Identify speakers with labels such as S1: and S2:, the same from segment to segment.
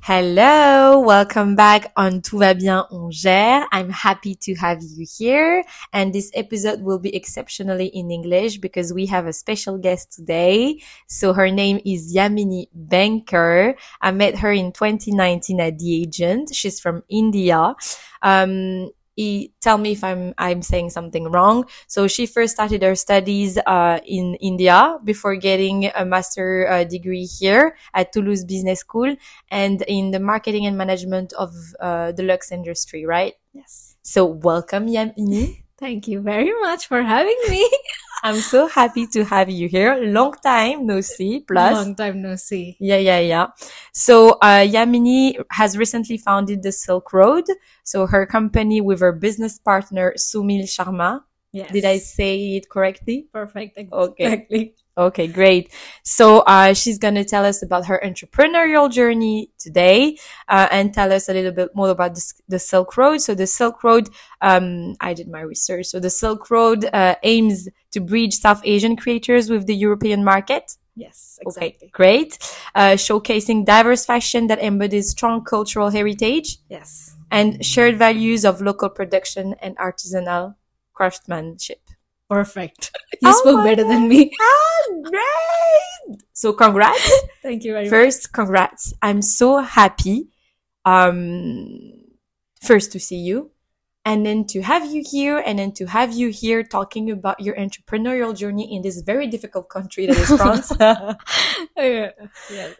S1: Hello, welcome back on Tout va bien, on gère. I'm happy to have you here. And this episode will be exceptionally in English because we have a special guest today. So her name is Yamini Banker. I met her in 2019 at The Agent. She's from India. Um, he, tell me if I'm I'm saying something wrong. So she first started her studies uh, in India before getting a master uh, degree here at Toulouse Business School and in the marketing and management of uh, the luxe industry, right?
S2: Yes.
S1: So welcome, Yamini.
S2: Thank you very much for having me.
S1: I'm so happy to have you here. Long time no see. Plus,
S2: Long time no see.
S1: Yeah, yeah, yeah. So uh, Yamini has recently founded the Silk Road. So her company with her business partner Sumil Sharma.
S2: Yes.
S1: Did I say it correctly?
S2: perfect? Exactly.
S1: Okay. Okay, great. So uh, she's going to tell us about her entrepreneurial journey today uh, and tell us a little bit more about this, the Silk Road. So the Silk Road, um, I did my research. So the Silk Road uh, aims to bridge South Asian creators with the European market.
S2: Yes.
S1: Okay,
S2: Exactly.
S1: great. Uh, showcasing diverse fashion that embodies strong cultural heritage
S2: Yes.
S1: and shared values of local production and artisanal craftsmanship.
S2: Perfect. You
S1: Oh
S2: spoke
S1: my
S2: better than me.
S1: Great! So, congrats.
S2: Thank you very much.
S1: First, congrats. I'm so happy. Um, first to see you and then to have you here and then to have you here talking about your entrepreneurial journey in this very difficult country that is France.
S2: yeah. Yeah.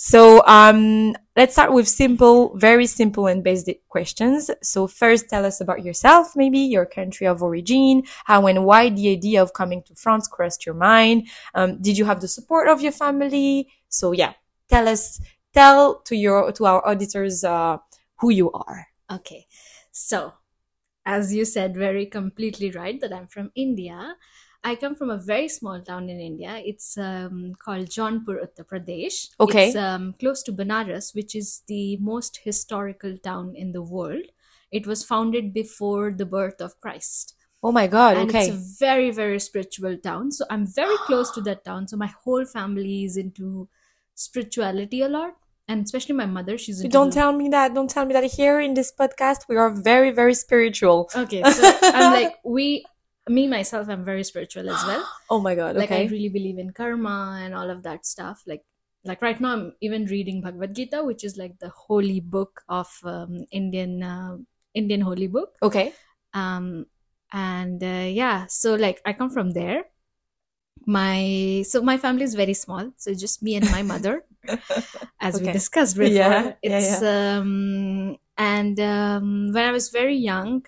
S1: So um, let's start with simple, very simple and basic questions. So first, tell us about yourself, maybe your country of origin, how and why the idea of coming to France crossed your mind. Um, did you have the support of your family? So yeah, tell us, tell to your to our auditors uh, who you are.
S2: Okay. So, as you said, very completely right that I'm from India. I come from a very small town in India. It's um, called Jaunpur, Uttar Pradesh.
S1: Okay.
S2: It's um, close to Banaras, which is the most historical town in the world. It was founded before the birth of Christ.
S1: Oh my God!
S2: and
S1: okay.
S2: it's a very, very spiritual town. So I'm very close to that town. So my whole family is into spirituality a lot. And especially my mother, she's
S1: you
S2: into
S1: don't tell me that. Don't tell me that here in this podcast we are very, very spiritual.
S2: Okay, so I'm like we, me myself, I'm very spiritual as well.
S1: oh my God!
S2: Like
S1: okay.
S2: I really believe in karma and all of that stuff. Like like right now, I'm even reading Bhagavad Gita, which is like the holy book of um, Indian uh, Indian holy book.
S1: okay.
S2: Um, and uh, yeah, so like I come from there. My so my family is very small, so it's just me and my mother, as we
S1: Okay.
S2: discussed before.
S1: Yeah, yeah,
S2: it's um and um when I was very young,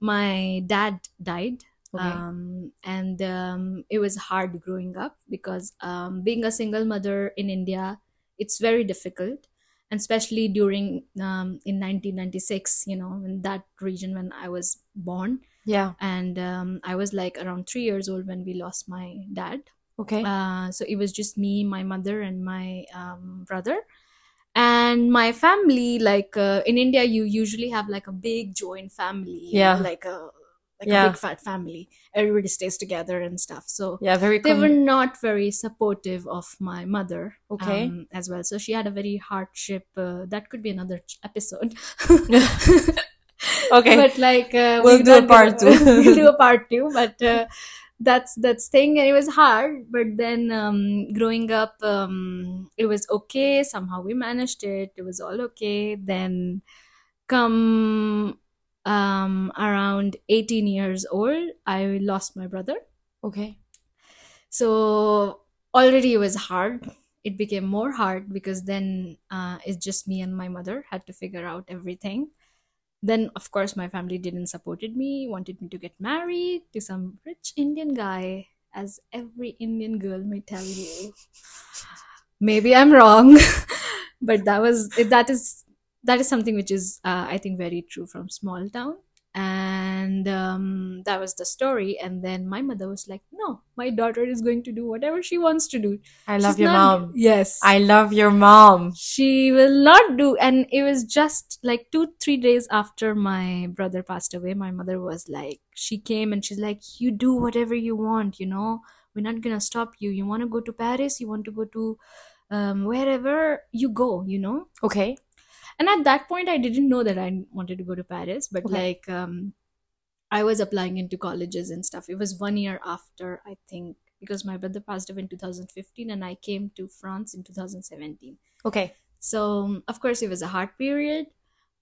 S2: my dad died
S1: Okay.
S2: um, and um, it was hard growing up because um, being a single mother in India, it's very difficult, and especially during um, in 1996, you know, in that region when I was born,
S1: yeah.
S2: and um, I was like around three years old when we lost my dad.
S1: Okay.
S2: Uh, so it was just me, my mother, and my um, brother. And my family, like uh, in India, you usually have like a big joint family, you
S1: Yeah.
S2: know, like a like
S1: Yeah.
S2: a big fat family. Everybody stays together and stuff. So
S1: yeah. Very.
S2: they
S1: com-
S2: were not very supportive of my mother,
S1: Okay.
S2: um, as well. So she had a very hardship. Uh, that could be another ch- episode.
S1: Okay.
S2: but like uh,
S1: We'll
S2: we're
S1: do a
S2: not gonna-
S1: part two.
S2: we'll do a part two, but. Uh, that's that's thing and it was hard but then um, growing up um, it was okay somehow we managed it it was all okay then come um, around 18 years old i lost my brother
S1: Okay.
S2: so already it was hard it became more hard because then uh, it's just me and my mother had to figure out everything then of course my family didn't supported me wanted me to get married to some rich indian guy as every indian girl may tell you maybe i'm wrong but that was that is that is something which is uh, i think very true from small town and um, that was the story and then my mother was like no my daughter is going to do whatever she wants to do
S1: I love
S2: She's
S1: your
S2: not-
S1: mom.
S2: yes
S1: I love your mom.
S2: she will not do and it was just like two three days after my brother passed away my mother was like she came and she's like you do whatever you want you know we're not gonna stop you you want to go to paris you want to go to um, wherever you go, you know.
S1: Okay.
S2: And at that point, I didn't know that I wanted to go to Paris, but
S1: Okay.
S2: like um, I was applying into colleges and stuff. It was one year after, I think, because my brother passed away in 2015 and I came to France in 2017.
S1: Okay.
S2: So, of course, it was a hard period,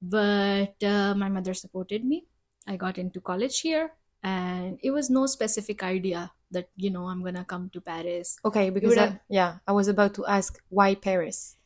S2: but uh, my mother supported me. I got into college here, and it was no specific idea that, you know, I'm gonna come to Paris.
S1: Okay. Because
S2: would
S1: I,
S2: have-
S1: yeah, I was about to ask why Paris.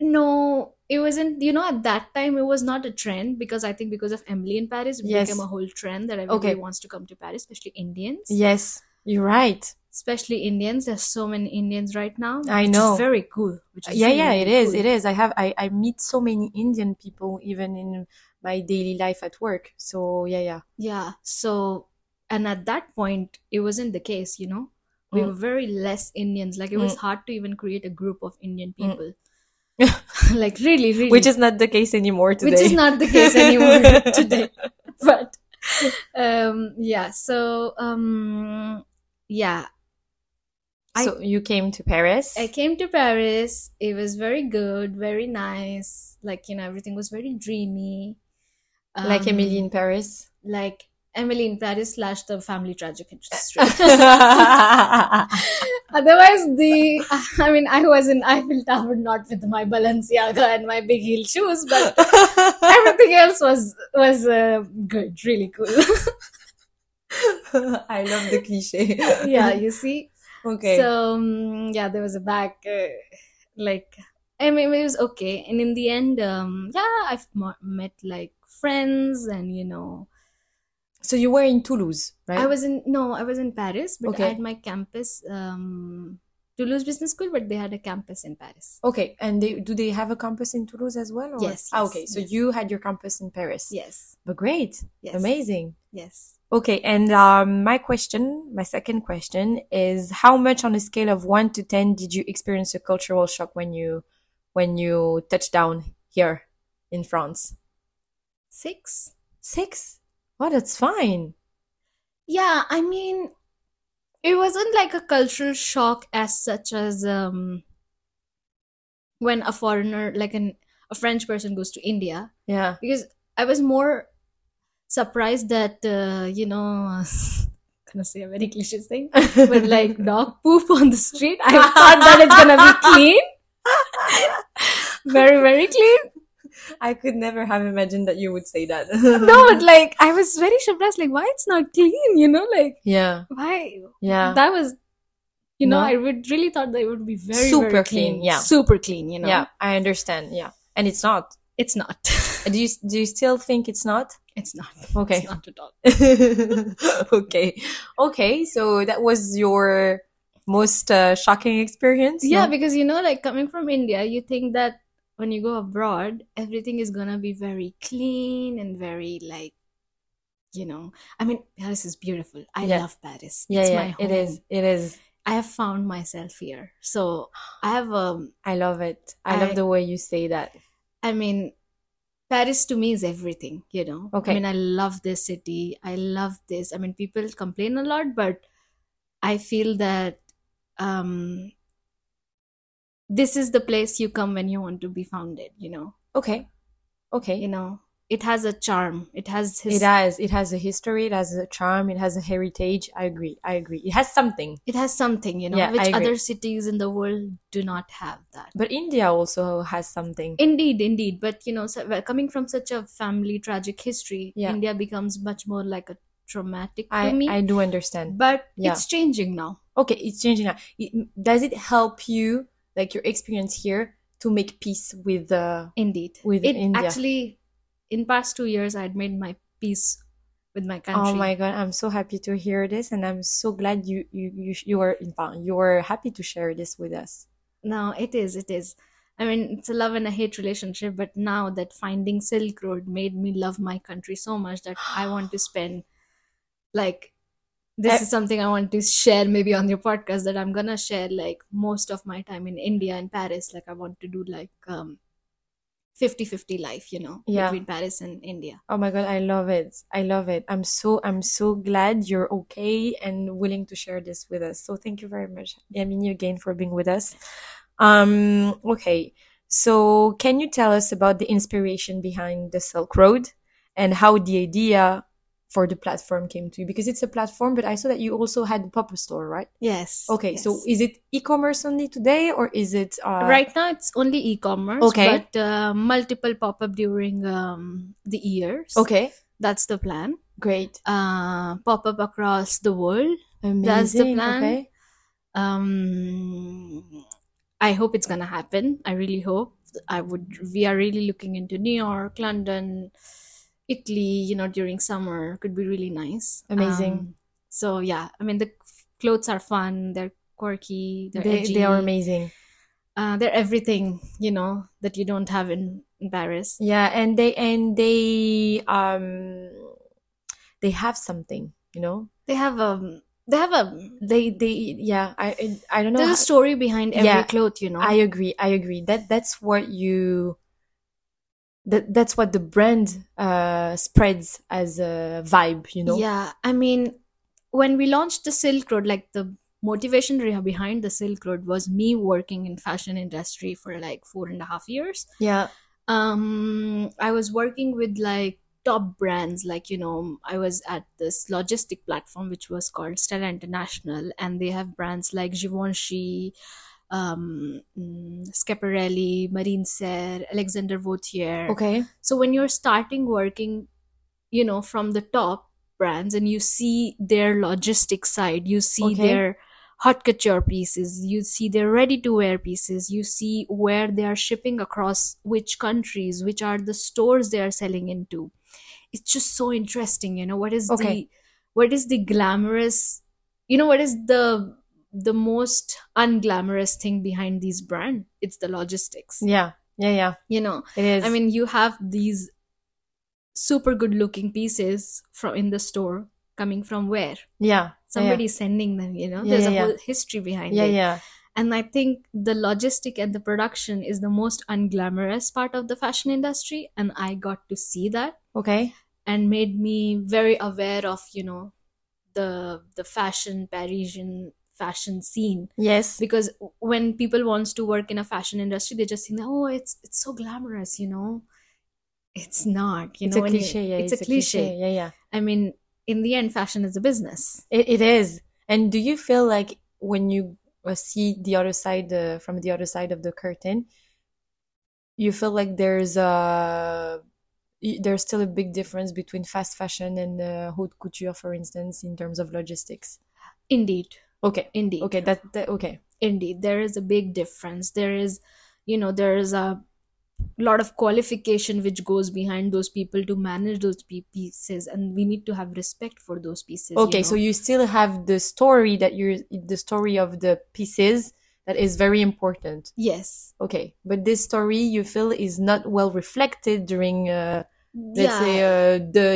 S2: No, it wasn't, you know, at that time it was not a trend because I think because of Emily in Paris, it
S1: Yes.
S2: became a whole trend that everybody
S1: Okay.
S2: wants to come to Paris, especially Indians.
S1: Yes, you're right.
S2: Especially Indians. There's so many Indians right now,
S1: I
S2: which is
S1: know.
S2: very cool, which is
S1: yeah yeah
S2: really,
S1: it
S2: really
S1: is
S2: cool.
S1: it is i have I, I meet so many indian people even in my daily life at work so yeah yeah
S2: Yeah. So, and at that point, it wasn't the case, you know? We
S1: Mm.
S2: were very less Indians. Like, it was hard to even create a group of Indian
S1: Mm.
S2: people. Like, really, really.
S1: which is not the case anymore today
S2: Which is not the case anymore today. But, um, yeah. So, um, yeah. I-
S1: so you came to paris
S2: I came to Paris. It was very good, very nice. Like, you know, everything was very dreamy.
S1: like
S2: Um,
S1: emily in paris
S2: Like, Emily in Paris slash the family tragic history.
S1: okay
S2: Otherwise, the I mean, I was in Eiffel Tower not with my Balenciaga and my big heel shoes, but everything else was was uh, good, really cool.
S1: i love the cliche
S2: yeah, you see.
S1: okay
S2: So um, yeah, there was a back uh, like I mean, it was okay, and in the end, um, yeah, I've mo- met like friends, and you know,
S1: So you were in toulouse right
S2: I was in no, I was in Paris, but
S1: Okay.
S2: I had my campus um, Toulouse Business School, but they had a campus in Paris.
S1: okay and they, do they have a campus in toulouse as well or?
S2: Yes,
S1: Ah,
S2: yes,
S1: okay so
S2: yes.
S1: you had your campus in paris
S2: Yes,
S1: but great
S2: yes,
S1: amazing
S2: yes.
S1: Okay, and um, my question, my second question is how much on a scale of 1 to 10 did you experience a cultural shock when you when you touched down here in France?
S2: Six.
S1: 6? Oh, that's fine.
S2: Yeah, I mean, it wasn't like a cultural shock as such as um when a foreigner, like an a French person goes to India,
S1: Yeah.
S2: because I was more surprised that uh, you know, gonna say a very cliche thing, but like dog poop on the street. I thought that it's gonna be clean, very very clean.
S1: I could never have imagined that you would say that.
S2: No, but like I was very surprised, like why it's not clean, you know, like
S1: Yeah.
S2: why
S1: Yeah.
S2: that was you know
S1: No.
S2: i would really thought that it would be very
S1: Super
S2: very
S1: clean, yeah.
S2: super clean you know
S1: Yeah, I understand. Yeah. And it's not.
S2: it's not
S1: Do you do you still think it's not?
S2: it's not
S1: Okay.
S2: it's not at all
S1: okay. Okay, so that was your most uh, shocking experience?
S2: yeah
S1: No?
S2: because you know like coming from india you think that when you go abroad everything is gonna be very clean and very like you know i mean paris is beautiful i
S1: Yeah.
S2: love paris
S1: Yeah,
S2: it's
S1: yeah,
S2: my home
S1: it is. It is.
S2: i have found myself here so i have um
S1: I love it. I,
S2: I-
S1: love the way you say that.
S2: I mean, Paris to me is everything, you know.
S1: Okay.
S2: I mean, I love this city. I love this. I mean, people complain a lot, but I feel that um, this is the place you come when you want to be founded, you know.
S1: Okay. Okay.
S2: You know, it has a charm. It has his
S1: it has it has a history, it has a charm, it has a heritage. I agree. I agree. It has something.
S2: it has something, you know,
S1: Yeah, I
S2: which
S1: agree.
S2: other cities in the world do not have that.
S1: But India also has something.
S2: Indeed, indeed. But you know, so, well, coming from such a family tragic history,
S1: Yeah.
S2: India becomes much more like a traumatic
S1: I
S2: for me.
S1: I do understand.
S2: but
S1: Yeah.
S2: it's changing now.
S1: Okay, it's changing now. It, does it help you like your experience here to make peace with the
S2: Indeed,
S1: With
S2: it
S1: India.
S2: actually in past two years I had made my peace with my country.
S1: Oh my god, I'm so happy to hear this and I'm so glad you you you, you are in fact, you are happy to share this with us.
S2: No, it is, it is. I mean, it's a love and a hate relationship. But now that finding Silk Road made me love my country so much that I want to spend like. This
S1: Eh.
S2: is something I want to share maybe on your podcast that I'm gonna share like most of my time in India and Paris. Like I want to do like um 50-50 life, you know,
S1: Yeah.
S2: between Paris and India.
S1: Oh my god, I love it. I love it. I'm so I'm so glad you're okay and willing to share this with us. So thank you very much, Yamini, again for being with us Um, okay. So can you tell us about the inspiration behind the Silk Road and how the idea for the platform came to you? Because it's a platform, but I saw that you also had the pop-up store, right?
S2: Yes.
S1: Okay.
S2: yes.
S1: So is it e-commerce only today or is it, uh,
S2: right now it's only e-commerce.
S1: Okay.
S2: But uh, multiple pop up during um, the years.
S1: Okay.
S2: That's the plan.
S1: Great.
S2: Uh, pop up across the world.
S1: Amazing.
S2: the plan.
S1: Okay.
S2: Um, I hope it's gonna happen. I really hope. I would. We are really looking into New York, London, Italy. You know, during summer could be really nice.
S1: Amazing.
S2: Um, so yeah, I mean the clothes are fun. They're quirky. They're
S1: They,
S2: edgy.
S1: they are amazing.
S2: Uh, they're everything you know that you don't have in, in Paris.
S1: Yeah. And they, and they, um, they have something, you know,
S2: They have a. They have a.
S1: they, they, yeah, I, I I don't know.
S2: There's a
S1: how-
S2: story behind every
S1: Yeah,
S2: cloth. You know.
S1: I agree. I agree. That that's what you that that's what the brand uh spreads as a vibe, you know.
S2: Yeah, I mean, when we launched the Silk Road, like the motivation re- behind the Silk Road was me working in fashion industry for like four and a half years.
S1: Yeah.
S2: Um, I was working with like top brands, like you know, I was at this logistic platform which was called Stella International, and they have brands like Givenchy, um, mm, Schiaparelli, Marine Serre, Alexander Vauthier.
S1: Okay.
S2: So when you're starting working, you know, from the top brands and you see their logistic side, you see
S1: Okay.
S2: their hot couture pieces, you see their ready to wear pieces, you see where they are shipping across which countries, which are the stores they are selling into. It's just so interesting, you know, what is
S1: Okay.
S2: the what is the glamorous, you know, what is the the most unglamorous thing behind these brand? It's the logistics.
S1: Yeah. Yeah, yeah.
S2: You know,
S1: It is.
S2: I mean, you have these super good looking pieces from in the store coming from where
S1: yeah.
S2: somebody is sending them you know
S1: Yeah,
S2: there's
S1: yeah,
S2: a
S1: yeah.
S2: whole history behind
S1: Yeah,
S2: it
S1: yeah.
S2: and i think the logistic and the production is the most unglamorous part of the fashion industry and i got to see that
S1: Okay.
S2: and made me very aware of you know the the fashion parisian fashion scene
S1: Yes.
S2: because when people wants to work in a fashion industry they just think oh it's it's so glamorous you know it's not you
S1: It's
S2: know
S1: a
S2: when you-
S1: cliche, yeah.
S2: it's a cliche
S1: Yeah, yeah.
S2: i mean in the end fashion is a business
S1: It it is. And do you feel like when you uh, see the other side uh, from the other side of the curtain, you feel like there's a y- there's still a big difference between fast fashion and uh, haute couture, for instance, in terms of logistics.
S2: indeed
S1: Okay,
S2: indeed
S1: okay, that, that okay,
S2: indeed there is a big difference there is you know there is a lot of qualification which goes behind those people to manage those pe- pieces and we need to have respect for those pieces you
S1: okay.
S2: know?
S1: So you still have the story that you're the story of the pieces that is very important.
S2: yes
S1: Okay, but this story you feel is not well reflected during, uh, let's
S2: yeah
S1: say, uh, the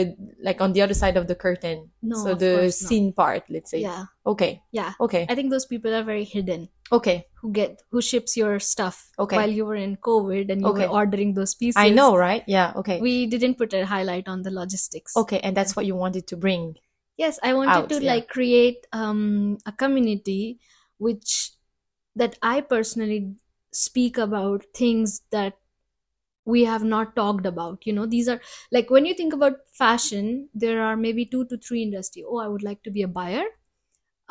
S1: like on the other side of the curtain.
S2: No,
S1: so
S2: of
S1: the
S2: course not.
S1: scene part, let's say.
S2: yeah
S1: Okay,
S2: yeah
S1: okay,
S2: i think those people are very hidden
S1: okay.
S2: who get who ships your stuff
S1: Okay.
S2: while you were in covid and you
S1: Okay.
S2: were ordering those pieces
S1: I know, right? Yeah, okay.
S2: we didn't put a highlight on the logistics
S1: Okay, and that's what you wanted to bring.
S2: yes i wanted
S1: Out,
S2: to
S1: yeah.
S2: like create um a community which that i personally speak about things that we have not talked about you know these are like when you think about fashion there are maybe two to three industry oh i would like to be a buyer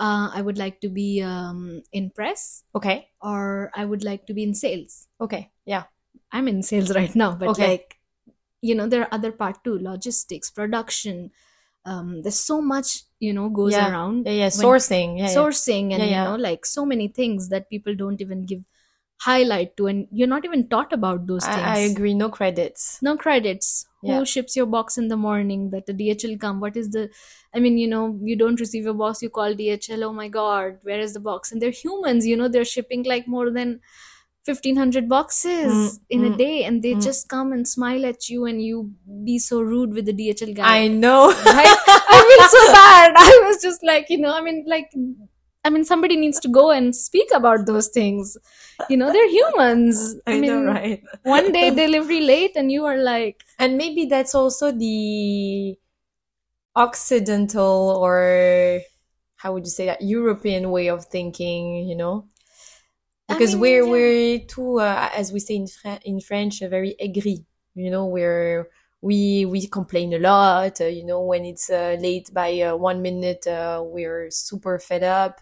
S2: uh, i would like to be um, in press
S1: Okay.
S2: or i would like to be in sales
S1: Okay. Yeah.
S2: i'm in sales right now but
S1: Okay.
S2: like you know there are other part too logistics production um, there's so much you know goes
S1: Yeah.
S2: around
S1: Yeah. Yeah.
S2: when-
S1: Sourcing. Yeah. yeah.
S2: sourcing and
S1: Yeah, yeah.
S2: you know like so many things that people don't even give highlight to and you're not even taught about those things
S1: I, I agree. No credits.
S2: no credits who
S1: Yeah.
S2: ships your box in the morning that the dhl come what is the i mean you know you don't receive your box you call dhl oh my god where is the box and they're humans you know they're shipping like more than 1500 boxes
S1: Mm,
S2: in a
S1: mm,
S2: day and they
S1: mm.
S2: just come and smile at you and you be so rude with the dhl guy
S1: I know.
S2: right? I feel so bad. I was just like, you know, I mean, like, I mean, somebody needs to go and speak about those things. You know, they're humans. I,
S1: I
S2: mean,
S1: know, right?
S2: one day delivery late, and you are like,
S1: And maybe that's also the Occidental or how would you say that European way of thinking, you know? because
S2: mean,
S1: we're
S2: yeah.
S1: we're too uh, as we say in Fran- in French uh, very aigri. You know, we're we we complain a lot. Uh, you know, when it's uh, late by uh, one minute, uh, we're super fed up.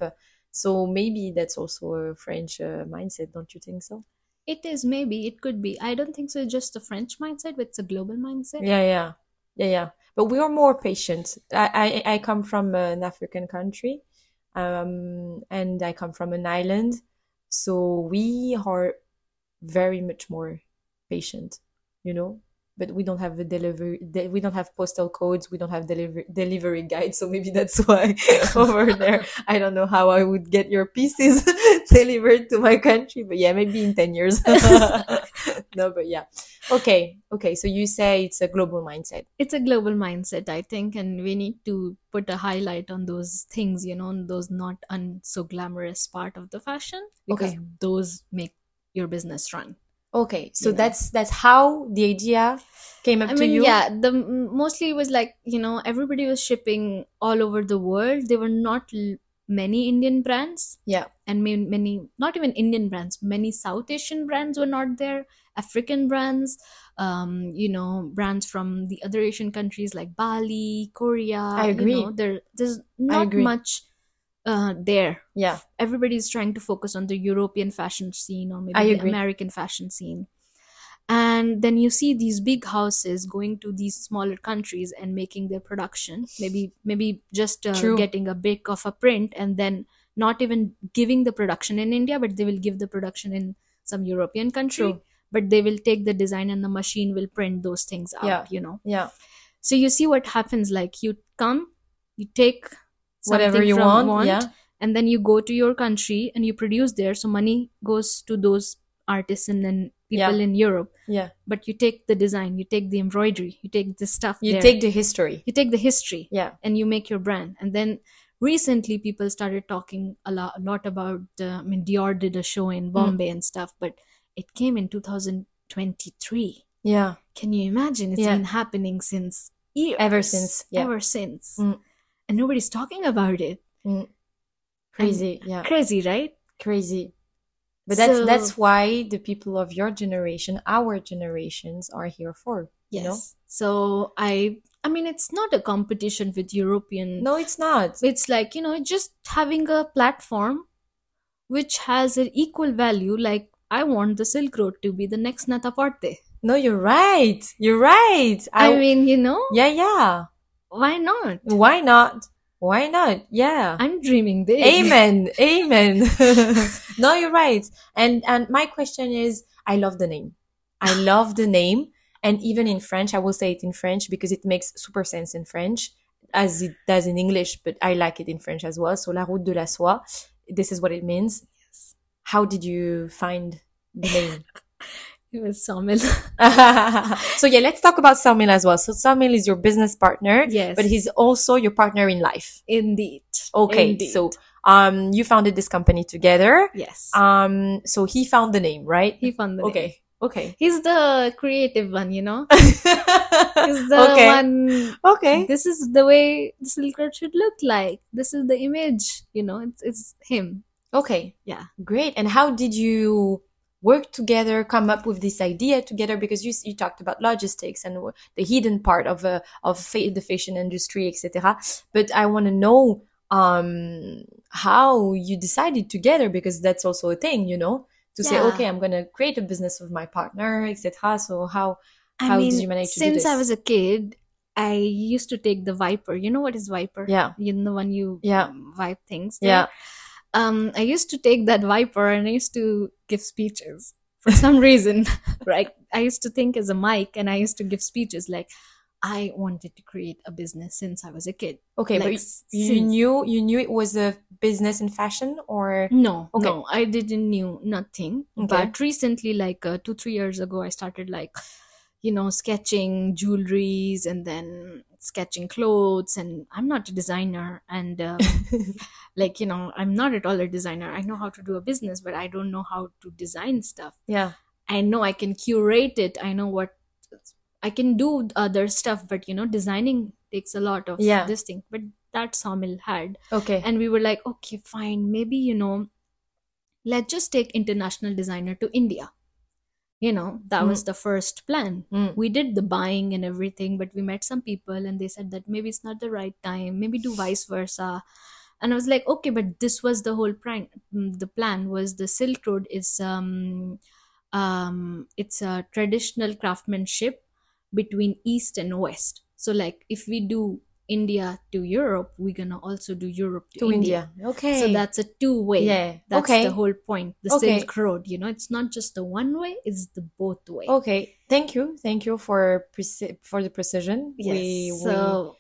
S1: So maybe that's also a French uh, mindset, don't you think so?
S2: It is maybe it could be. I don't think so. It's just a French mindset, but it's a global mindset.
S1: Yeah, yeah, yeah, yeah. But we are more patient. I, I, I come from an African country, um, and I come from an island, so we are very much more patient, you know. But we don't have a delivery. De we don't have postal codes. We don't have delivery delivery guides. So maybe that's why over there, I don't know how I would get your pieces delivered to my country. But yeah, maybe in ten years. no, but yeah. Okay, okay. So you say it's a global mindset.
S2: It's a global mindset, I think, and we need to put a highlight on those things, you know, on those not un so glamorous part of the fashion because
S1: Okay.
S2: those make your business run.
S1: Okay, so
S2: You know.
S1: that's that's how the idea came up
S2: I
S1: to
S2: mean,
S1: you.
S2: yeah, the m- mostly it was like, you know, everybody was shipping all over the world. There were not l- many Indian brands.
S1: Yeah.
S2: And ma- many, not even Indian brands, many South Asian brands were not there, African brands, um, you know, brands from the other Asian countries like Bali, Korea.
S1: I agree.
S2: You know, there, there's not
S1: agree.
S2: much uh, there.
S1: Yeah.
S2: Everybody's trying to focus on the European fashion scene or maybe
S1: I
S2: the
S1: agree.
S2: American fashion scene and then you see these big houses going to these smaller countries and making their production maybe maybe just uh,
S1: True.
S2: getting a bit of a print and then not even giving the production in india but they will give the production in some european country
S1: True.
S2: but they will take the design and the machine will print those things out
S1: Yeah.
S2: you know
S1: Yeah.
S2: so you see what happens like you come you take
S1: Whatever
S2: something
S1: you
S2: from
S1: want. Yeah.
S2: and then you go to your country and you produce there so money goes to those artisan and people
S1: Yeah.
S2: in europe
S1: Yeah.
S2: but you take the design you take the embroidery you take the stuff
S1: You
S2: there,
S1: take the history.
S2: you take the history
S1: Yeah.
S2: and you make your brand and then recently people started talking a lot, a lot about uh, i mean dior did a show
S1: Hmm.
S2: in bombay and stuff but it came in 2023
S1: Yeah.
S2: can you imagine It's
S1: Yeah.
S2: been happening since years
S1: Ever since, yeah.
S2: ever since
S1: Mm.
S2: and nobody's talking about it
S1: Crazy. yeah.
S2: crazy right
S1: Crazy. But that's
S2: So-
S1: that's why the people of your generation, our generations, are here for.
S2: yes
S1: You know?
S2: so i i mean it's not a competition with european
S1: No, it's not.
S2: it's like you know just having a platform which has an equal value like i want the silk road to be the next nata parte
S1: No, you're right. You're right.
S2: i mean you know
S1: yeah, yeah.
S2: why not
S1: Why not? Why not? Yeah.
S2: i'm dreaming big
S1: Amen. Amen. no, you're right. And and my question is, I love the name. I love the name. And even in French, I will say it in French because it makes super sense in French as it does in English, but I like it in French as well. So La Route de la Soie, this is what it means. How did you find the name?
S2: it was Somil.
S1: so yeah, let's talk about Samil as well. So Samil is your business partner,
S2: yes
S1: but he's also your partner in life.
S2: indeed
S1: Okay,
S2: Indeed.
S1: so um, you founded this company together.
S2: yes
S1: Um, so he found the name, right?
S2: he found the name.
S1: okay, okay,
S2: he's the creative one you know he's the
S1: okay,
S2: one
S1: okay.
S2: this is the way the silk road should look like this is the image you know it's, it's him
S1: Okay.
S2: Yeah.
S1: Great. And how did you work together, come up with this idea together? Because you, you talked about logistics and w- the hidden part of, uh, of fa- the fashion industry, etc. But I want to know, um, how you decided together, because that's also a thing, you know, to say,
S2: Yeah.
S1: okay, I'm going to create a business with my partner, etc. So how,
S2: I
S1: How
S2: mean,
S1: did you manage to do
S2: since I
S1: this?
S2: was a kid, I used to take the Viper. You know what is Viper?
S1: yeah,
S2: You know the one you
S1: Yeah.
S2: um, wipe things. there?
S1: yeah.
S2: Um, I used to take that Viper and I used to give speeches for some reason. right? I used to think as a mic and I used to give speeches like I wanted to create a business since I was a kid.
S1: Okay.
S2: like,
S1: but you, you
S2: since-
S1: knew, you knew it was a business in fashion or,
S2: No,
S1: Okay.
S2: no, I didn't knew nothing.
S1: Okay.
S2: But recently, like uh, two, three years ago, I started like, you know, sketching jewelries and then sketching clothes. And I'm not a designer, and um, like you know, I'm not at all a designer. I know how to do a business, but I don't know how to design stuff.
S1: yeah,
S2: I know I can curate it. I know what I can do other stuff, but you know, designing takes a lot of
S1: Yeah.
S2: this thing. But that sawmill had
S1: okay.
S2: and we were like okay fine maybe you know let's just take international designer to India. You know, that was the first plan.
S1: Mm.
S2: We did the buying and everything, but we met some people and they said that maybe it's not the right time, maybe do vice versa. And I was like, okay, but this was the whole plan. The plan was the Silk Road is um, um, it's a traditional craftsmanship between East and West. So like, if we do India to Europe, we're gonna also do Europe to,
S1: to India. Okay.
S2: so that's a two way.
S1: yeah.
S2: That's
S1: okay.
S2: the whole point. The
S1: Okay.
S2: Silk Road, you know, it's not just the one way, it's the both way.
S1: Okay. Thank you. Thank you for preci- for the precision.
S2: Yes.
S1: We, we
S2: so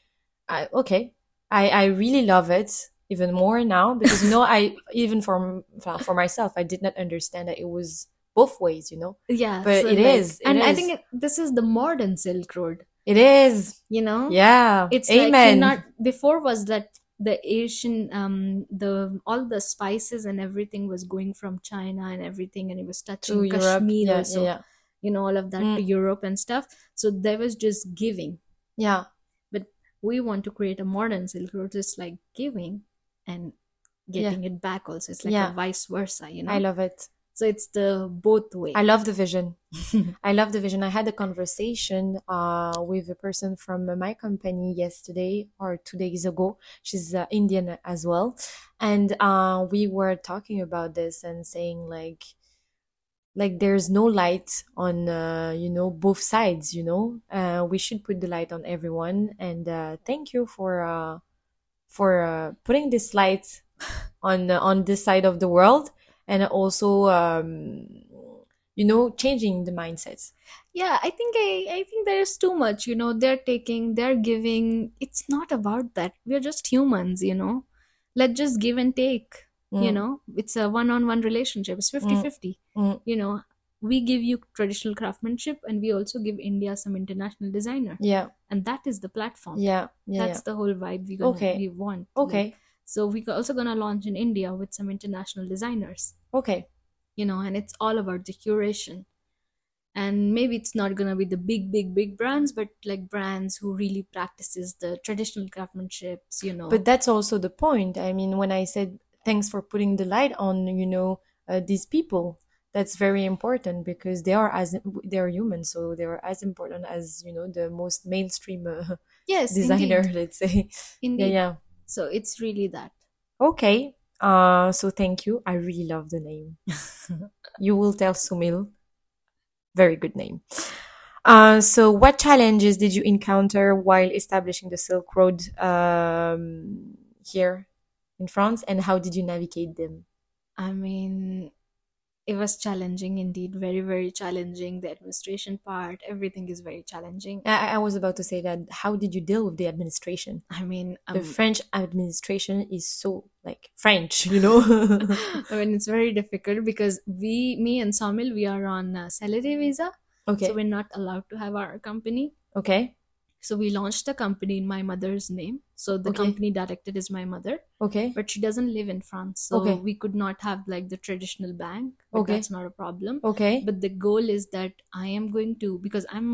S1: I, okay. I, I really love it even more now because you know I even for m- for myself I did not understand that it was both ways. You know,
S2: yeah,
S1: but
S2: so
S1: it
S2: like-
S1: is, it
S2: and I
S1: is.
S2: think it, this is the modern Silk Road,
S1: it is.
S2: you know?
S1: Yeah.
S2: Mm-hmm. It's like
S1: Amen.
S2: you're not before was that the Asian um the all the spices and everything was going from China and everything and it was touching
S1: to Europe.
S2: Kashmir
S1: yeah,
S2: also,
S1: yeah.
S2: you know, all of that to
S1: Mm.
S2: Europe and stuff. So there was just giving.
S1: Yeah.
S2: we want to create a modern Silk Road. It's like giving and getting it back also. It's like
S1: Yeah.
S2: a vice versa, you know?
S1: I love it.
S2: so it's the both way.
S1: I love the vision. I love the vision. I had a conversation uh, with a person from my company yesterday or two days ago. She's uh, Indian as well. And uh, we were talking about this and saying like, like there's no light on, uh, you know, both sides, you know, uh, we should put the light on everyone. And uh, thank you for, uh, for uh, putting this light on, uh, on this side of the world. And also, um, you know, changing the mindsets.
S2: yeah, I think I, I think there is too much, you know, they're taking, they're giving. It's not about that. We're just humans, you know. Let's just give and take. You know, it's a one on one relationship. It's 50 50.
S1: Mm.
S2: You know, we give you traditional craftsmanship and we also give India some international designer.
S1: Yeah,
S2: And that is the platform.
S1: yeah, yeah.
S2: That's the whole vibe we gonna
S1: Okay.
S2: we want.
S1: yeah.
S2: like,
S1: Okay,
S2: So we are also gonna launch in India with some international designers,
S1: okay.
S2: you know, and it's all about the curation. And maybe it's not gonna be the big, big, big brands, but like brands who really practices the traditional craftsmanships, you know.
S1: But that's also the point. I mean, when I said thanks for putting the light on, you know, uh, these people, that's very important because they are as they are human, so they are as important as you know the most mainstream uh,
S2: yes,
S1: designer,
S2: Indeed.
S1: let's say.
S2: Indeed.
S1: Yeah, yeah.
S2: So it's really that.
S1: Okay. Uh, so thank you. I really love the name. you will tell Sumil. Very good name. Uh, so what challenges did you encounter while establishing the Silk Road um, here in France, and how did you navigate them?
S2: I mean, it was challenging indeed, very, very challenging. The administration part, everything is very challenging.
S1: I, I was about to say that. How did you deal with the administration?
S2: I mean,
S1: The
S2: um,
S1: French administration is so like French, you know.
S2: I mean, it's very difficult because we, me and Somil, we are on a salary visa,
S1: okay.
S2: so we're not allowed to have our company.
S1: okay.
S2: So we launched the company in my mother's name. So the
S1: Okay.
S2: company directed is my mother,
S1: Okay.
S2: but she doesn't live in France, so
S1: Okay.
S2: we could not have like the traditional bank. But
S1: Okay.
S2: that's not a problem.
S1: Okay.
S2: But the goal is that I am going to because I'm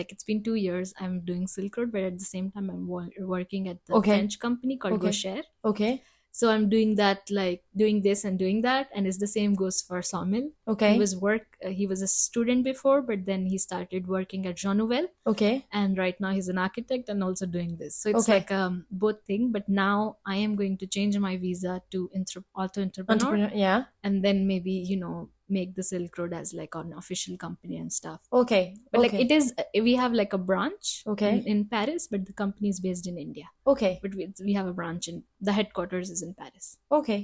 S2: like it's been two years. I'm doing Silk Road, but at the same time I'm wor- working at the
S1: Okay.
S2: French company called
S1: Okay.
S2: GoShare.
S1: Okay.
S2: So I'm doing that, like doing this and doing that, and it's the same goes for Somil.
S1: Okay.
S2: He was work. Uh, he was a student before, but then he started working at Jean Nouvel,
S1: okay.
S2: and right now he's an architect and also doing this. So it's
S1: Okay.
S2: like um both thing. But now I am going to change my visa to intra- auto entrepreneur,
S1: Entrepreneur. Yeah.
S2: and then maybe you know make the Silk Road as like an official company and stuff.
S1: Okay.
S2: But
S1: okay.
S2: like it is, uh, we have like a branch
S1: Okay.
S2: in, in Paris, but the company is based in India.
S1: Okay.
S2: But we, we have a branch in the headquarters is in Paris.
S1: Okay.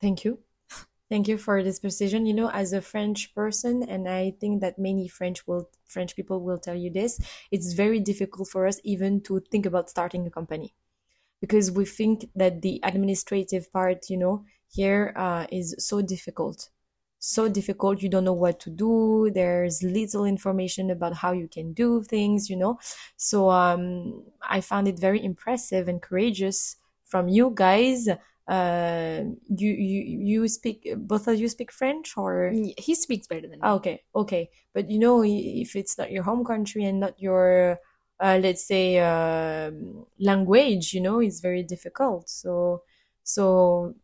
S1: Thank you. Thank you for this precision. You know, as a French person, and I think that many French will French people will tell you this, it's very difficult for us even to think about starting a company. Because we think that the administrative part, you know, here uh, is so difficult. So difficult, you don't know what to do. There's little information about how you can do things, you know. So um, I found it very impressive and courageous from you guys uh, you you you speak both of you speak French or
S2: Mm, He speaks better than me.
S1: Ah, okay okay but you know i- if it's not your home country and not your uh, let's say um language you know it's very difficult so so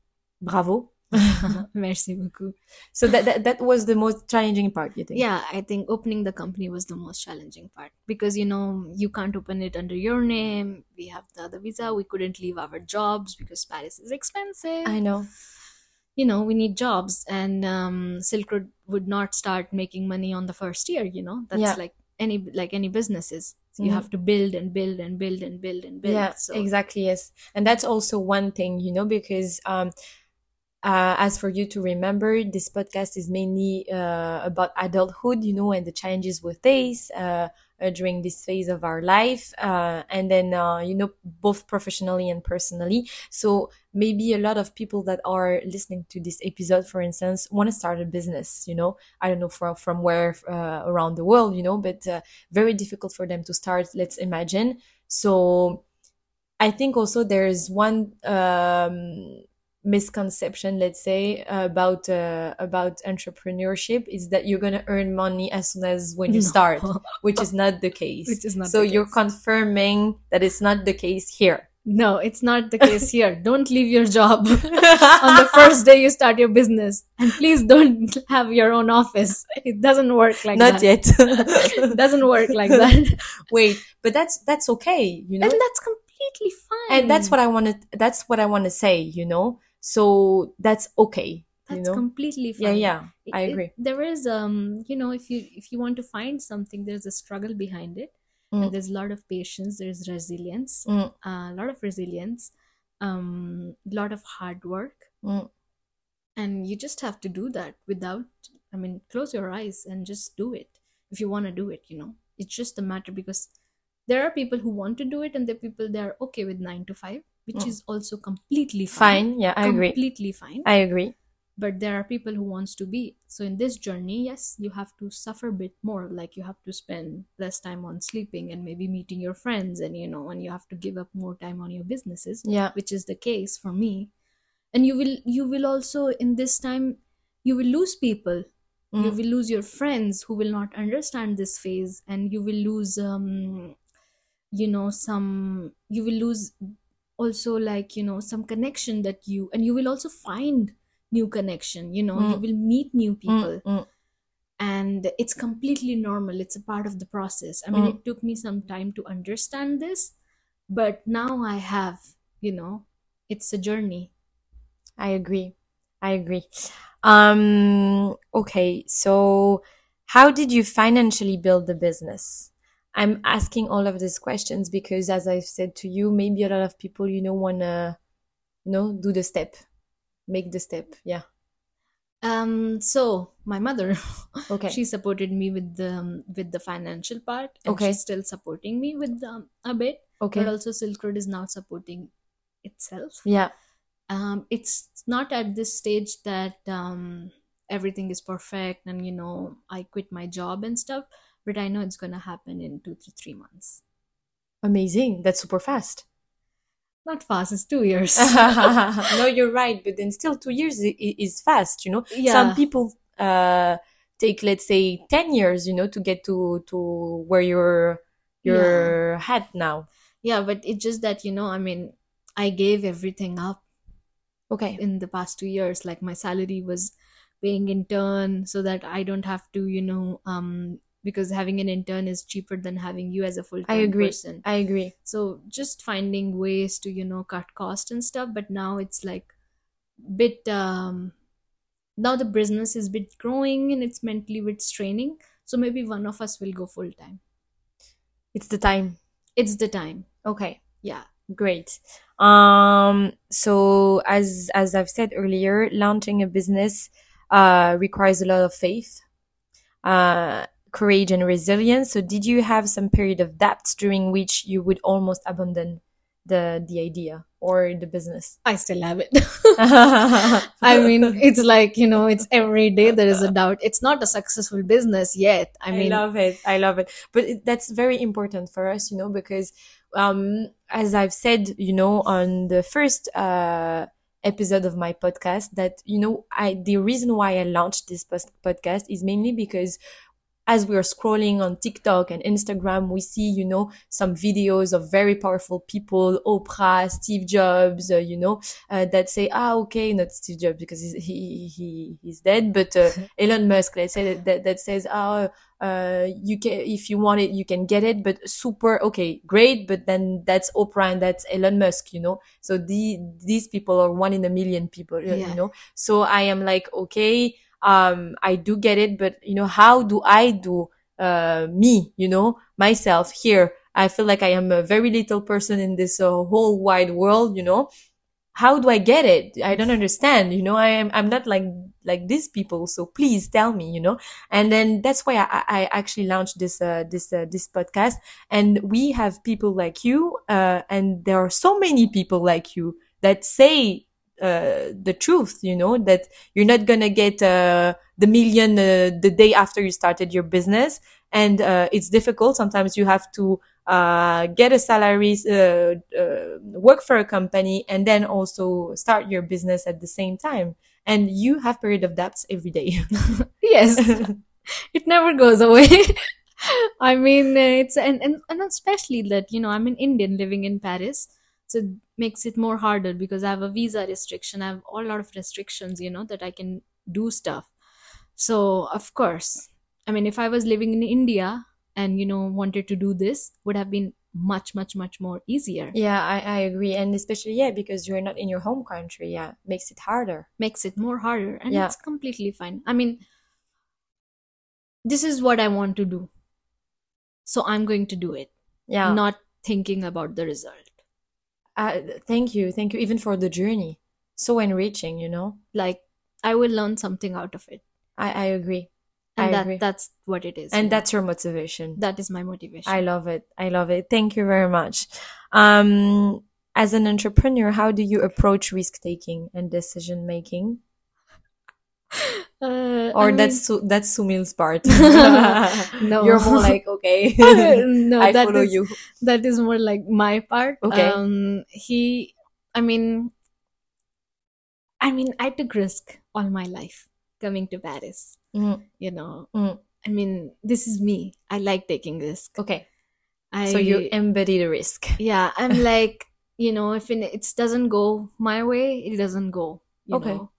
S1: bravo
S2: Merci beaucoup.
S1: So that, that that was the most challenging part, you think?
S2: Yeah, I think opening the company was the most challenging part because you know you can't open it under your name. We have the other visa. We couldn't leave our jobs because Paris is expensive.
S1: I know.
S2: you know we need jobs, and um, Silk Road would not start making money on the first year. You know that's
S1: Yeah.
S2: like any like any businesses. So You
S1: Mhm.
S2: have to build and build and build and build and build.
S1: yeah,
S2: so,
S1: exactly. Yes, and that's also one thing, you know, because um, uh, as for you to remember, this podcast is mainly uh, about adulthood, you know, and the challenges we face uh, uh, during this phase of our life, uh, and then uh, you know, both professionally and personally. So maybe a lot of people that are listening to this episode, for instance, want to start a business, you know, I don't know from from where uh, around the world, you know, but uh, very difficult for them to start. Let's imagine. So I think also there's one um, misconception, let's say, about uh, about entrepreneurship is that you're gonna earn money as soon as when you
S2: No.
S1: start, which is not the case.
S2: Which is not
S1: so
S2: the
S1: you're
S2: case.
S1: confirming that it's not the case here.
S2: no, it's not the case here. Don't leave your job. on the first day you start your business and please don't have your own office it doesn't work like
S1: not
S2: that
S1: yet.
S2: it doesn't work like that and
S1: Wait, but that's that's okay, you know.
S2: that's completely fine
S1: and that's what I want to. That's what I want to say. You know, so that's okay. you
S2: that's
S1: know,
S2: completely
S1: yeah,
S2: fine
S1: yeah, I
S2: It- it-
S1: agree.
S2: there is um you know if you if you want to find something there's a struggle behind it
S1: Mm.
S2: and there's a lot of patience there's resilience uh,
S1: Mm.
S2: a lot of resilience um a lot of hard work
S1: Mm.
S2: and you just have to do that without i mean close your eyes and just do it if you want to do it you know it's just a matter because there are people who want to do it and there are people that are okay with 9 to 5 which
S1: Mm.
S2: is also completely fine,
S1: Fine, yeah, I agree.
S2: completely fine
S1: I agree.
S2: but there are people who wants to be so in this journey yes you have to suffer a bit more like you have to spend less time on sleeping and maybe meeting your friends and you know and you have to give up more time on your businesses
S1: Yeah,
S2: which is the case for me and you will you will also in this time you will lose people you
S1: Mm.
S2: will lose your friends who will not understand this phase and you will lose um you know some you will lose also like you know some connection that you and you will also find new connection you know you
S1: Mm.
S2: will meet new
S1: Mm,
S2: people
S1: mm.
S2: and it's completely normal it's a part of the process i mean
S1: Mm.
S2: it took me some time to understand this but now i have you know it's a journey
S1: I agree. I agree. Um, okay, so how did you financially build the business? I'm asking all of these questions because, as I've said to you, maybe a lot of people, you know, wanna, you know, do the step, make the step. Yeah.
S2: um so my mother
S1: Okay.
S2: she supported me with the um, with the financial part and
S1: Okay.
S2: she's still supporting me with um, a bit
S1: okay.
S2: but also silk road is now supporting itself
S1: yeah.
S2: um it's not at this stage that um everything is perfect and you know i quit my job and stuff but i know it's gonna happen in two to three months
S1: Amazing. That's super fast.
S2: not fast it's two years
S1: no, you're right, but then still two years i- i- is fast, you know.
S2: Yeah.
S1: Some people uh, take, let's say, ten years, you know, to get to to where you're you're at now.
S2: yeah but it's just that you know i mean i gave everything up
S1: Okay.
S2: in the past two years like my salary was paying intern so that i don't have to you know um because having an intern is cheaper than having you as a full-time
S1: agree.
S2: person
S1: I agree.
S2: so just finding ways to you know cut cost and stuff but now it's like bit um now the business is bit growing and it's mentally bit straining so maybe one of us will go full-time
S1: It's the time.
S2: it's the time
S1: Okay.
S2: yeah
S1: Great. Um, so as as I've said earlier, launching a business uh, requires a lot of faith, uh, courage, and resilience. So, did you have some period of doubts during which you would almost abandon the the idea or the business?
S2: i still have it I mean, it's like, you know, it's every day there is a doubt. It's not a successful business yet. I mean,
S1: love it. I love it. But it, that's very important for us, you know, because um, as I've said, you know, on the first uh, episode of my podcast, that you know, I the reason why I launched this post- podcast is mainly because as we are scrolling on TikTok and Instagram, we see, you know, some videos of very powerful people, Oprah, Steve Jobs, uh, you know, uh, that say, ah, okay, not Steve Jobs because he's, he, he, he's dead, but uh, Elon Musk, let's say that, that, that says, ah, uh, you can, if you want it, you can get it, but super, okay, great. But then that's Oprah and that's Elon Musk, you know? So the, these people are one in a million people, uh, you
S2: Yeah.
S1: know? So I am like, okay, um, I do get it, but you know, how do I do, uh, me, you know, myself here? I feel like I am a very little person in this uh, whole wide world, you know? How do I get it? I don't understand. You know, I am, I'm not like, like these people. So please tell me, you know? and then that's why I, I actually launched this uh, this uh, this podcast. And we have people like you, uh, and there are so many people like you that say uh, the truth. You know that you're not gonna get uh, the million uh, the day after you started your business, and uh, it's difficult. Sometimes you have to. Uh, get a salary, uh, uh, work for a company, and then also start your business at the same time. And you have period of debts every day.
S2: yes it never goes away i mean it's and, and and especially that you know i'm an indian living in paris so it makes it more harder because i have a visa restriction i have a lot of restrictions you know that i can do stuff so of course i mean if i was living in india and you know wanted to do this would have been much much much more easier
S1: Yeah, I, I agree. And especially, yeah, because you're not in your home country. Yeah, makes it harder.
S2: makes it more harder and
S1: Yeah.
S2: it's completely fine i mean this is what i want to do so i'm going to do it
S1: Yeah.
S2: not thinking about the result.
S1: Uh, thank you. Thank you even for the journey. So enriching, you know?
S2: Like I will learn something out of it,
S1: I, I agree.
S2: and
S1: I
S2: that
S1: agree.
S2: that's what it is.
S1: And
S2: you know.
S1: that's your motivation.
S2: that is my motivation.
S1: I love it. I love it. Thank you very much. Um, as an entrepreneur, how do you approach risk taking and decision making?
S2: Uh,
S1: Or
S2: I
S1: that's Su- that's Sumil's part.
S2: No.
S1: You're more like, okay,
S2: mean- no,
S1: I
S2: that
S1: follow
S2: is-
S1: you.
S2: that is more like my part.
S1: Okay.
S2: Um, he, I mean, I mean, I took risk all my life coming to Paris.
S1: Mm,
S2: You know,
S1: Mm.
S2: I mean, this is me. I like taking risk.
S1: okay.
S2: I
S1: So you embody the risk.
S2: yeah i'm like you know if it it doesn't go my way it doesn't go you
S1: Okay,
S2: know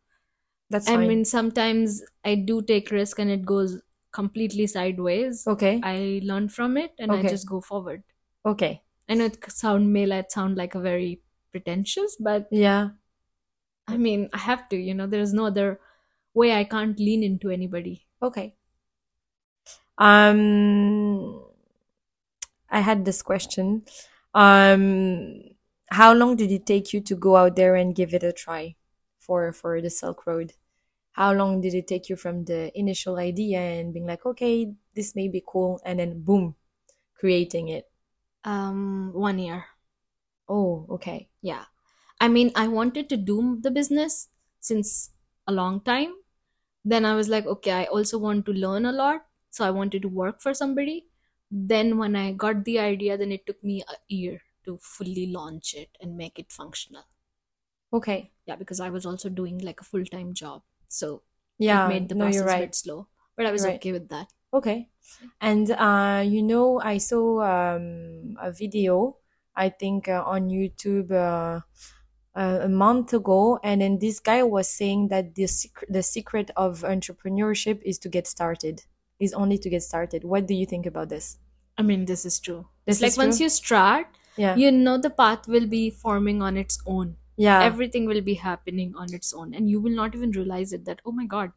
S1: That's
S2: i
S1: fine.
S2: mean sometimes i do take risk and it goes completely sideways
S1: okay.
S2: i learn from it and
S1: Okay.
S2: i just go forward
S1: okay.
S2: i know it c- sound may like sound like a very pretentious but
S1: Yeah.
S2: i mean i have to you know there's no other way i can't lean into anybody
S1: Okay. Um, I had this question. Um, how long did it take you to go out there and give it a try for for the Silk Road? How long did it take you from the initial idea and being like, okay, this may be cool, and then boom, creating it?
S2: um one year
S1: Oh, okay.
S2: Yeah. I mean, I wanted to do the business since a long time. Then I was like, okay, I also want to learn a lot. So I wanted to work for somebody. Then when I got the idea, then it took me a year to fully launch it and make it functional.
S1: Okay.
S2: Yeah, because I was also doing like a full time job. So
S1: Yeah.
S2: it made the
S1: no,
S2: process
S1: you're
S2: a
S1: right.
S2: bit slow. But I was
S1: Right.
S2: okay with that.
S1: Okay. And uh, you know, I saw um, a video, I think uh, on YouTube uh, uh, a month ago, and then this guy was saying that the secret, the secret of entrepreneurship is to get started, is only to get started. What do you think about this?
S2: I mean, this is true.
S1: This
S2: It's like
S1: is
S2: once
S1: true?
S2: you start,
S1: Yeah.
S2: you know the path will be forming on its own.
S1: Yeah.
S2: everything will be happening on its own and you will not even realize it that oh my god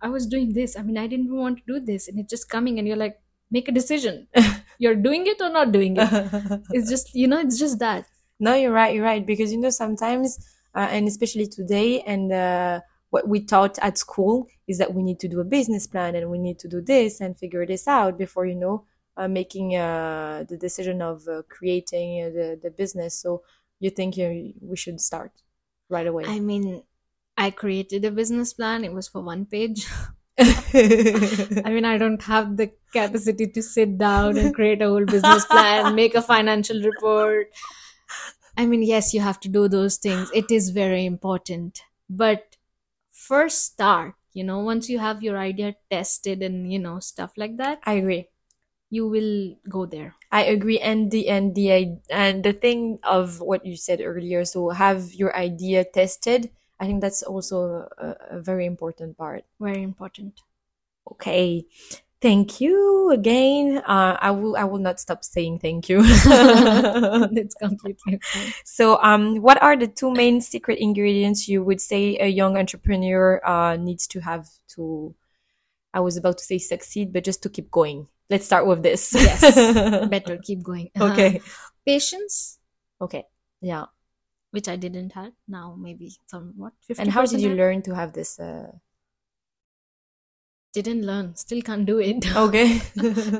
S2: i was doing this i mean i didn't even want to do this and it's just coming and you're like make a decision you're doing it or not doing it it's just you know it's just that
S1: No, you're right, you're right. Because you know, sometimes, uh, and especially today, and uh, what we taught at school is that we need to do a business plan and we need to do this and figure this out before, you know, uh, making uh, the decision of uh, creating uh, the, the business. So you think uh, we should start right away.
S2: i mean i created a business plan it was for one page i mean i don't have the capacity to sit down and create a whole business plan make a financial report I mean, yes, you have to do those things. It is very important. But first start, you know once you have your idea tested and you know stuff like that
S1: I agree.
S2: you will go there
S1: I agree, and the and the i- and the thing of what you said earlier. So have your idea tested. I think that's also a, a very important part.
S2: very important
S1: Okay, thank you again. Uh, I will I will not stop saying thank you.
S2: it's completely fine.
S1: so, um, what are the two main secret ingredients you would say a young entrepreneur uh, needs to have to? I was about to say succeed, but just to keep going. Let's start with this.
S2: Yes. better keep going Uh-huh.
S1: okay.
S2: patience
S1: Okay. Yeah.
S2: which i didn't have now maybe somewhat 50
S1: And how did you learn to have this? Uh...
S2: didn't learn still can't do it
S1: Okay.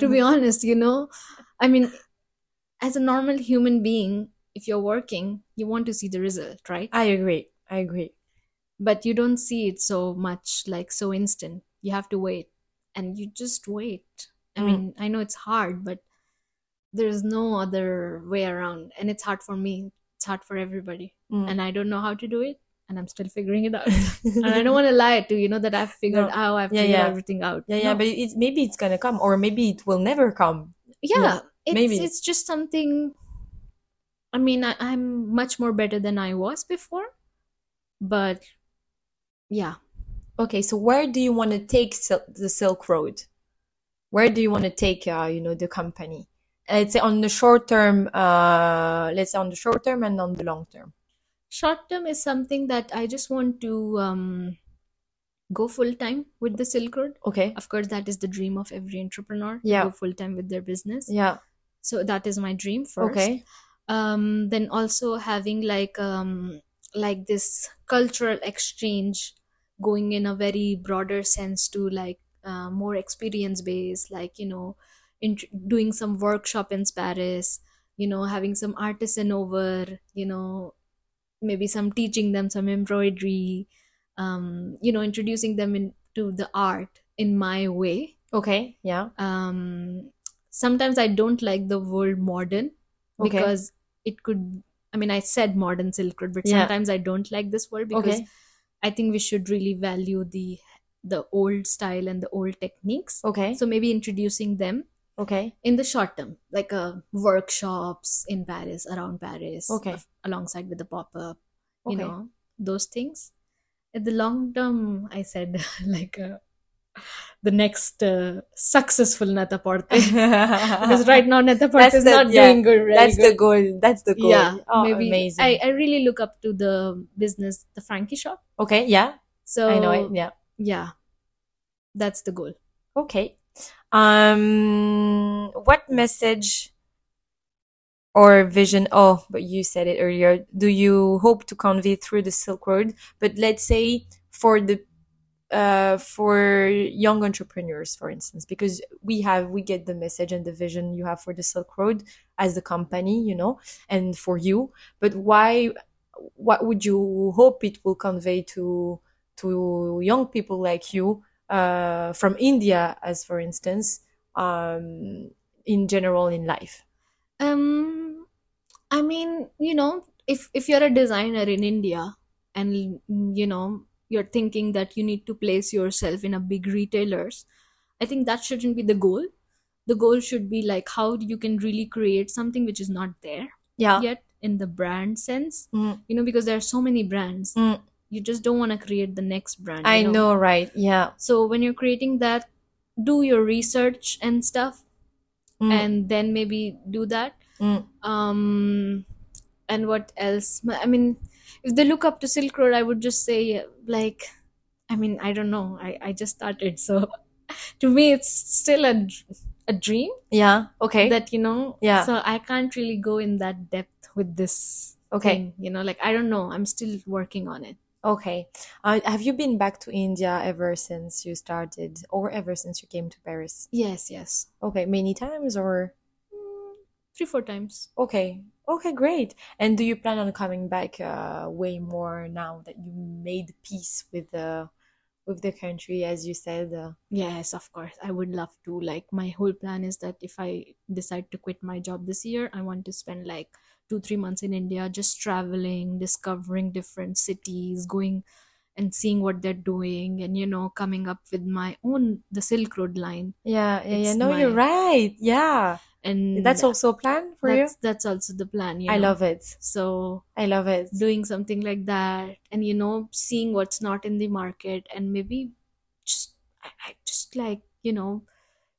S2: to be honest, you know, I mean, as a normal human being, if you're working, you want to see the result, right?
S1: I agree. I agree.
S2: But you don't see it so much, like so instant. You have to wait and you just wait. I
S1: Mm.
S2: mean, I know it's hard, but there's no other way around. And it's hard for me, it's hard for everybody.
S1: Mm.
S2: And I don't know how to do it. And I'm still figuring it out. and I don't want to lie to you know that I've
S1: No.
S2: figured out, I've
S1: Yeah,
S2: figured
S1: yeah.
S2: everything out.
S1: yeah, yeah,
S2: No.
S1: but it's maybe it's gonna come, or maybe it will never come.
S2: yeah,
S1: Yeah,
S2: it's
S1: maybe.
S2: it's just something i mean I, i'm much more better than i was before but yeah
S1: Okay, so where do you want to take Sil- the Silk Road? Where do you want to take, uh, you know, the company? Let's say on the short term, uh, let's say on the short term and on the long term.
S2: short term is something that i just want to um go full time with the silk road
S1: Okay.
S2: of course that is the dream of every entrepreneur to
S1: Yeah.
S2: go full time with their business
S1: Yeah.
S2: so that is my dream first
S1: Okay.
S2: um then also having like um like this cultural exchange going in a very broader sense to like uh, more experience based like you know int- doing some workshop in paris you know having some artisan over you know maybe some teaching them some embroidery um you know introducing them into the art in my way
S1: Okay. Yeah.
S2: um sometimes i don't like the word modern
S1: Okay.
S2: because it could i mean i said modern silk road but
S1: Yeah.
S2: sometimes i don't like this word because
S1: Okay.
S2: i think we should really value the the old style and the old techniques
S1: Okay.
S2: so maybe introducing them
S1: okay.
S2: in the short term like uh, workshops in paris around paris
S1: Okay.
S2: af- alongside with the pop-up you
S1: Okay.
S2: know those things at the long term i said like uh, the next uh, successful nataporte because right now Netaporte
S1: That's
S2: is
S1: the-
S2: not
S1: yeah,
S2: doing good. Very
S1: That's
S2: good.
S1: the goal. That's the goal.
S2: yeah.
S1: Oh,
S2: maybe
S1: amazing.
S2: I, I really look up to the business, the Frankie shop.
S1: okay. Yeah.
S2: So
S1: I know it. Yeah.
S2: yeah, that's the goal.
S1: Okay. Um, what message or vision? Oh, but you said it earlier. Do you hope to convey through the Silk Road? But let's say for the uh for young entrepreneurs for instance because we have we get the message and the vision you have for the silk road as the company you know and for you but why what would you hope it will convey to to young people like you uh from india as for instance um in general in life
S2: Um, I mean, you know, if if you're a designer in India and you know you're thinking that you need to place yourself in a big retailers, I think that shouldn't be the goal. The goal should be like how you can really create something which is not there.
S1: yeah
S2: yet in the brand sense
S1: Mm.
S2: you know because there are so many brands
S1: Mm.
S2: you just don't want to create the next brand
S1: i
S2: you
S1: know right yeah
S2: so when you're creating that do your research and stuff
S1: Mm.
S2: and then maybe do that
S1: Mm.
S2: um and what else i mean if they look up to silk road i would just say like i mean i don't know i, I just started so to me it's still a, dr- a dream
S1: yeah okay
S2: that you know
S1: Yeah.
S2: so i can't really go in that depth with this
S1: Okay.
S2: thing, you know like i don't know i'm still working on it
S1: Okay. Uh, have you been back to India ever since you started, or ever since you came to Paris?
S2: yes yes
S1: Okay, many times, or
S2: Mm, three four times
S1: okay, okay, great. And do you plan on coming back uh, way more now that you made peace with the with the country, as you said? Uh,
S2: yes of course i would love to like my whole plan is that if i decide to quit my job this year i want to spend like two three months in india just traveling discovering different cities going and seeing what they're doing and you know coming up with my own the silk road line
S1: Yeah, yeah, yeah.
S2: It's
S1: No, you're
S2: my-
S1: right. Yeah.
S2: and
S1: That's also a plan for you.
S2: that's, that's also the plan you
S1: I
S2: know?
S1: love it.
S2: so
S1: I love it.
S2: doing something like that and you know seeing what's not in the market and maybe just i, I just like you know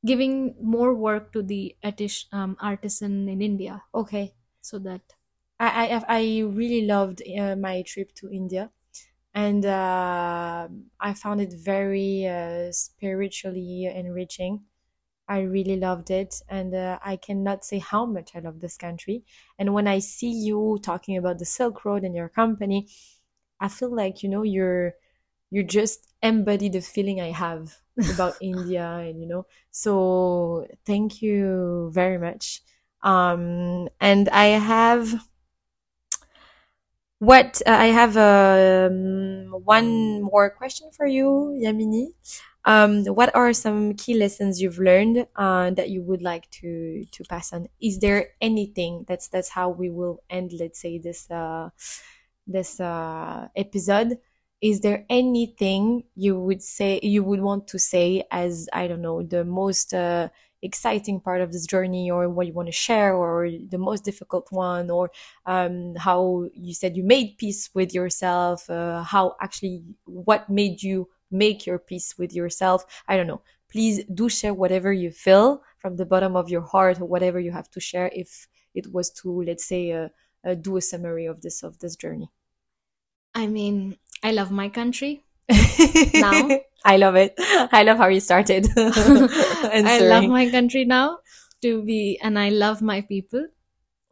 S2: giving more work to the artis- um, artisan in india
S1: Okay.
S2: so that
S1: I, I, I really loved uh, my trip to India. And uh, I found it very uh, spiritually enriching. I really loved it. And uh, I cannot say how much I love this country. And when I see you talking about the Silk Road and your company, I feel like, you know, you're you just embody the feeling I have about India and you know. So thank you very much. Um and I have what uh, I have um, one more question for you, Yamini. Um, what are some key lessons you've learned uh, that you would like to to pass on? Is there anything that's that's how we will end? Let's say this uh, this uh, episode. Is there anything you would say you would want to say as I don't know the most uh, exciting part of this journey, or what you want to share, or the most difficult one, or um, how you said you made peace with yourself, uh, how actually what made you make your peace with yourself. I don't know. Please do share whatever you feel from the bottom of your heart, or whatever you have to share. If it was to, let's say, uh, uh, do a summary of this of this journey.
S2: i mean i love my country
S1: now I love it. I love how you started.
S2: i
S1: Answering.
S2: love my country now to be and i love my people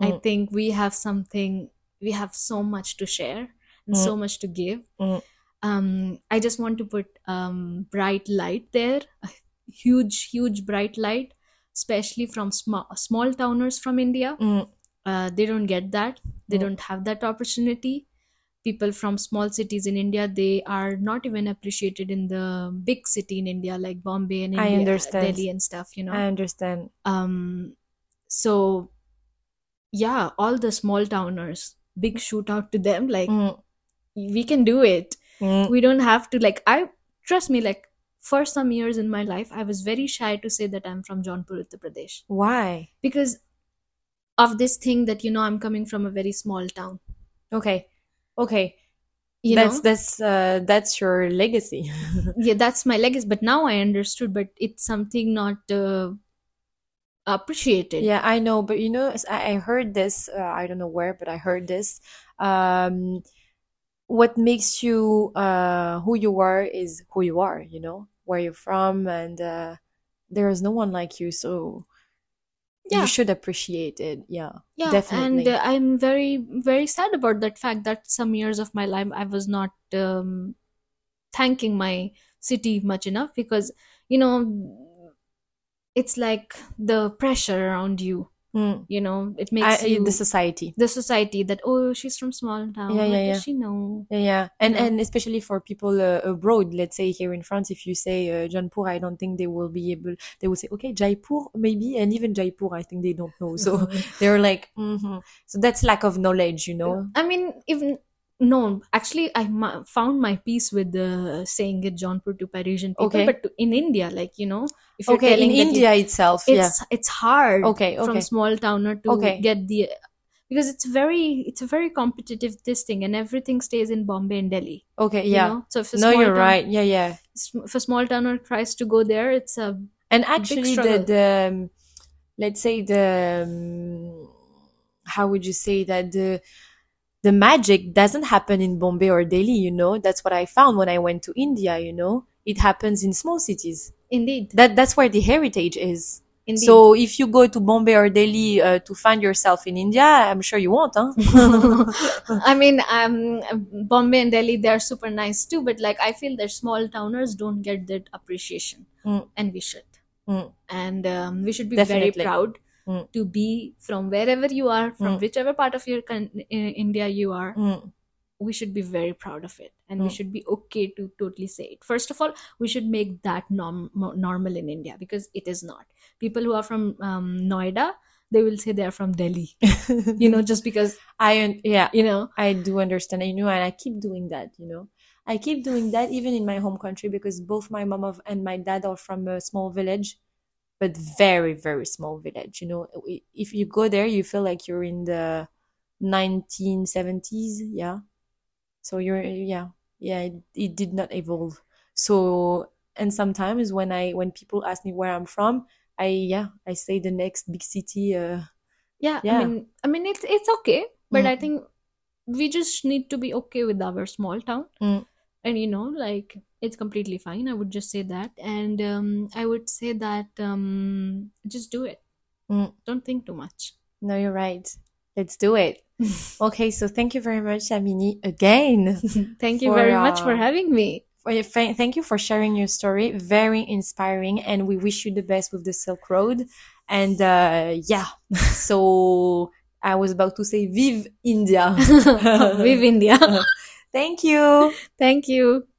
S2: i
S1: Mm.
S2: think we have something we have so much to share and
S1: Mm.
S2: so much to give
S1: Mm.
S2: um i just want to put um bright light there a huge huge bright light especially from small small towners from india
S1: Mm,
S2: uh, they don't get that they
S1: Mm.
S2: don't have that opportunity people from small cities in india they are not even appreciated in the big city in india like bombay and
S1: I
S2: india,
S1: understand.
S2: delhi and stuff you know
S1: I understand.
S2: um so yeah all the small towners big shootout to them like
S1: Mm,
S2: we can do it
S1: mm,
S2: we don't have to like i trust me like for some years in my life i was very shy to say that i'm from jaunpur uttar pradesh
S1: Why?
S2: because of this thing that you know i'm coming from a very small town
S1: Okay. Okay.
S2: you
S1: that's
S2: know
S1: that's uh, that's your legacy.
S2: yeah that's my legacy but now i understood but it's something not uh, appreciated
S1: Yeah, I know, but you know, as I I heard this. Uh, I don't know where, but I heard this. Um, what makes you uh, who you are is who you are. You know where you're from, and uh, there is no one like you. So
S2: Yeah.
S1: you should appreciate it. Yeah,
S2: yeah
S1: definitely.
S2: and uh, i'm very very sad about that fact that some years of my life i was not um, thanking my city much enough because you know it's like the pressure around you
S1: Mm.
S2: you know it
S1: I,
S2: makes
S1: I-
S2: you
S1: the society.
S2: the society that oh she's from small town
S1: Yeah,
S2: what
S1: yeah, yeah.
S2: does she know
S1: Yeah, yeah, and
S2: Yeah.
S1: and especially for people uh, abroad, let's say here in France, if you say uh, Jaipur, I don't think they will be able. They will say, okay, Jaipur maybe, and even Jaipur, I think they don't know. So they're like, hmm so that's lack of knowledge, you know.
S2: i mean even no actually i ma- found my peace with the saying it jaunpur to parisian people
S1: Okay.
S2: but to, in india like you know if you're
S1: Okay, in
S2: telling that you-
S1: India itself, yeah.
S2: it's it's hard
S1: Okay,
S2: from
S1: okay.
S2: small towner to
S1: Okay.
S2: get the because it's very it's a very competitive this thing and everything stays in bombay and delhi
S1: Okay,
S2: you
S1: yeah.
S2: know so if a
S1: No,
S2: small
S1: you're
S2: town
S1: right. Yeah, yeah.
S2: if a small towner tries to go there it's um, a
S1: And actually, the
S2: struggle.
S1: the um, let's say the um, how would you say that the the magic doesn't happen in Bombay or Delhi, you know. That's what I found when I went to India, you know. It happens in small cities.
S2: indeed
S1: That that's where the heritage is.
S2: indeed
S1: So if you go to Bombay or Delhi uh, to find yourself in India, I'm sure you won't, huh?
S2: I mean, um, Bombay and Delhi, they're super nice too, but like I feel that small towners don't get that appreciation,
S1: Mm.
S2: and we should.
S1: Mm.
S2: And um, we should be
S1: Definitely.
S2: very proud
S1: Mm.
S2: to be from wherever you are, from
S1: Mm.
S2: whichever part of your con- in India you are.
S1: Mm.
S2: We should be very proud of it, and we
S1: Mm.
S2: should be okay to totally say it. First of all, we should make that norm- mo- normal in India because it is not. People who are from um, Noida, they will say they are from Delhi, Mm. you know, just because
S1: I un- yeah,
S2: you know.
S1: I do understand. You know, and I keep doing that. You know, I keep doing that even in my home country because both my mom of- and my dad are from a small village, but very, very small village. You know, I- if you go there, you feel like you're in the 1970s. Yeah. So you're, yeah, yeah, it, it did not evolve. So, and sometimes when I, when people ask me where I'm from, I, yeah, I say the next big city, uh,
S2: yeah,
S1: Yeah.
S2: i mean i mean it's it's okay but i
S1: Mm.
S2: think we just need to be okay with our small town
S1: Mm.
S2: and you know like it's completely fine i would just say that and um, i would say that um, just do it
S1: Mm.
S2: don't think too much
S1: no, you're right. Let's do it. Okay, so thank you very much, Amini, again.
S2: thank you
S1: For,
S2: very much for
S1: uh,
S2: having me
S1: for your- fa- Thank you for sharing your story. Very inspiring, and we wish you the best with the Silk Road. And uh, yeah, so I was about to say, Vive India!
S2: Vive India.
S1: Thank you.
S2: Thank you.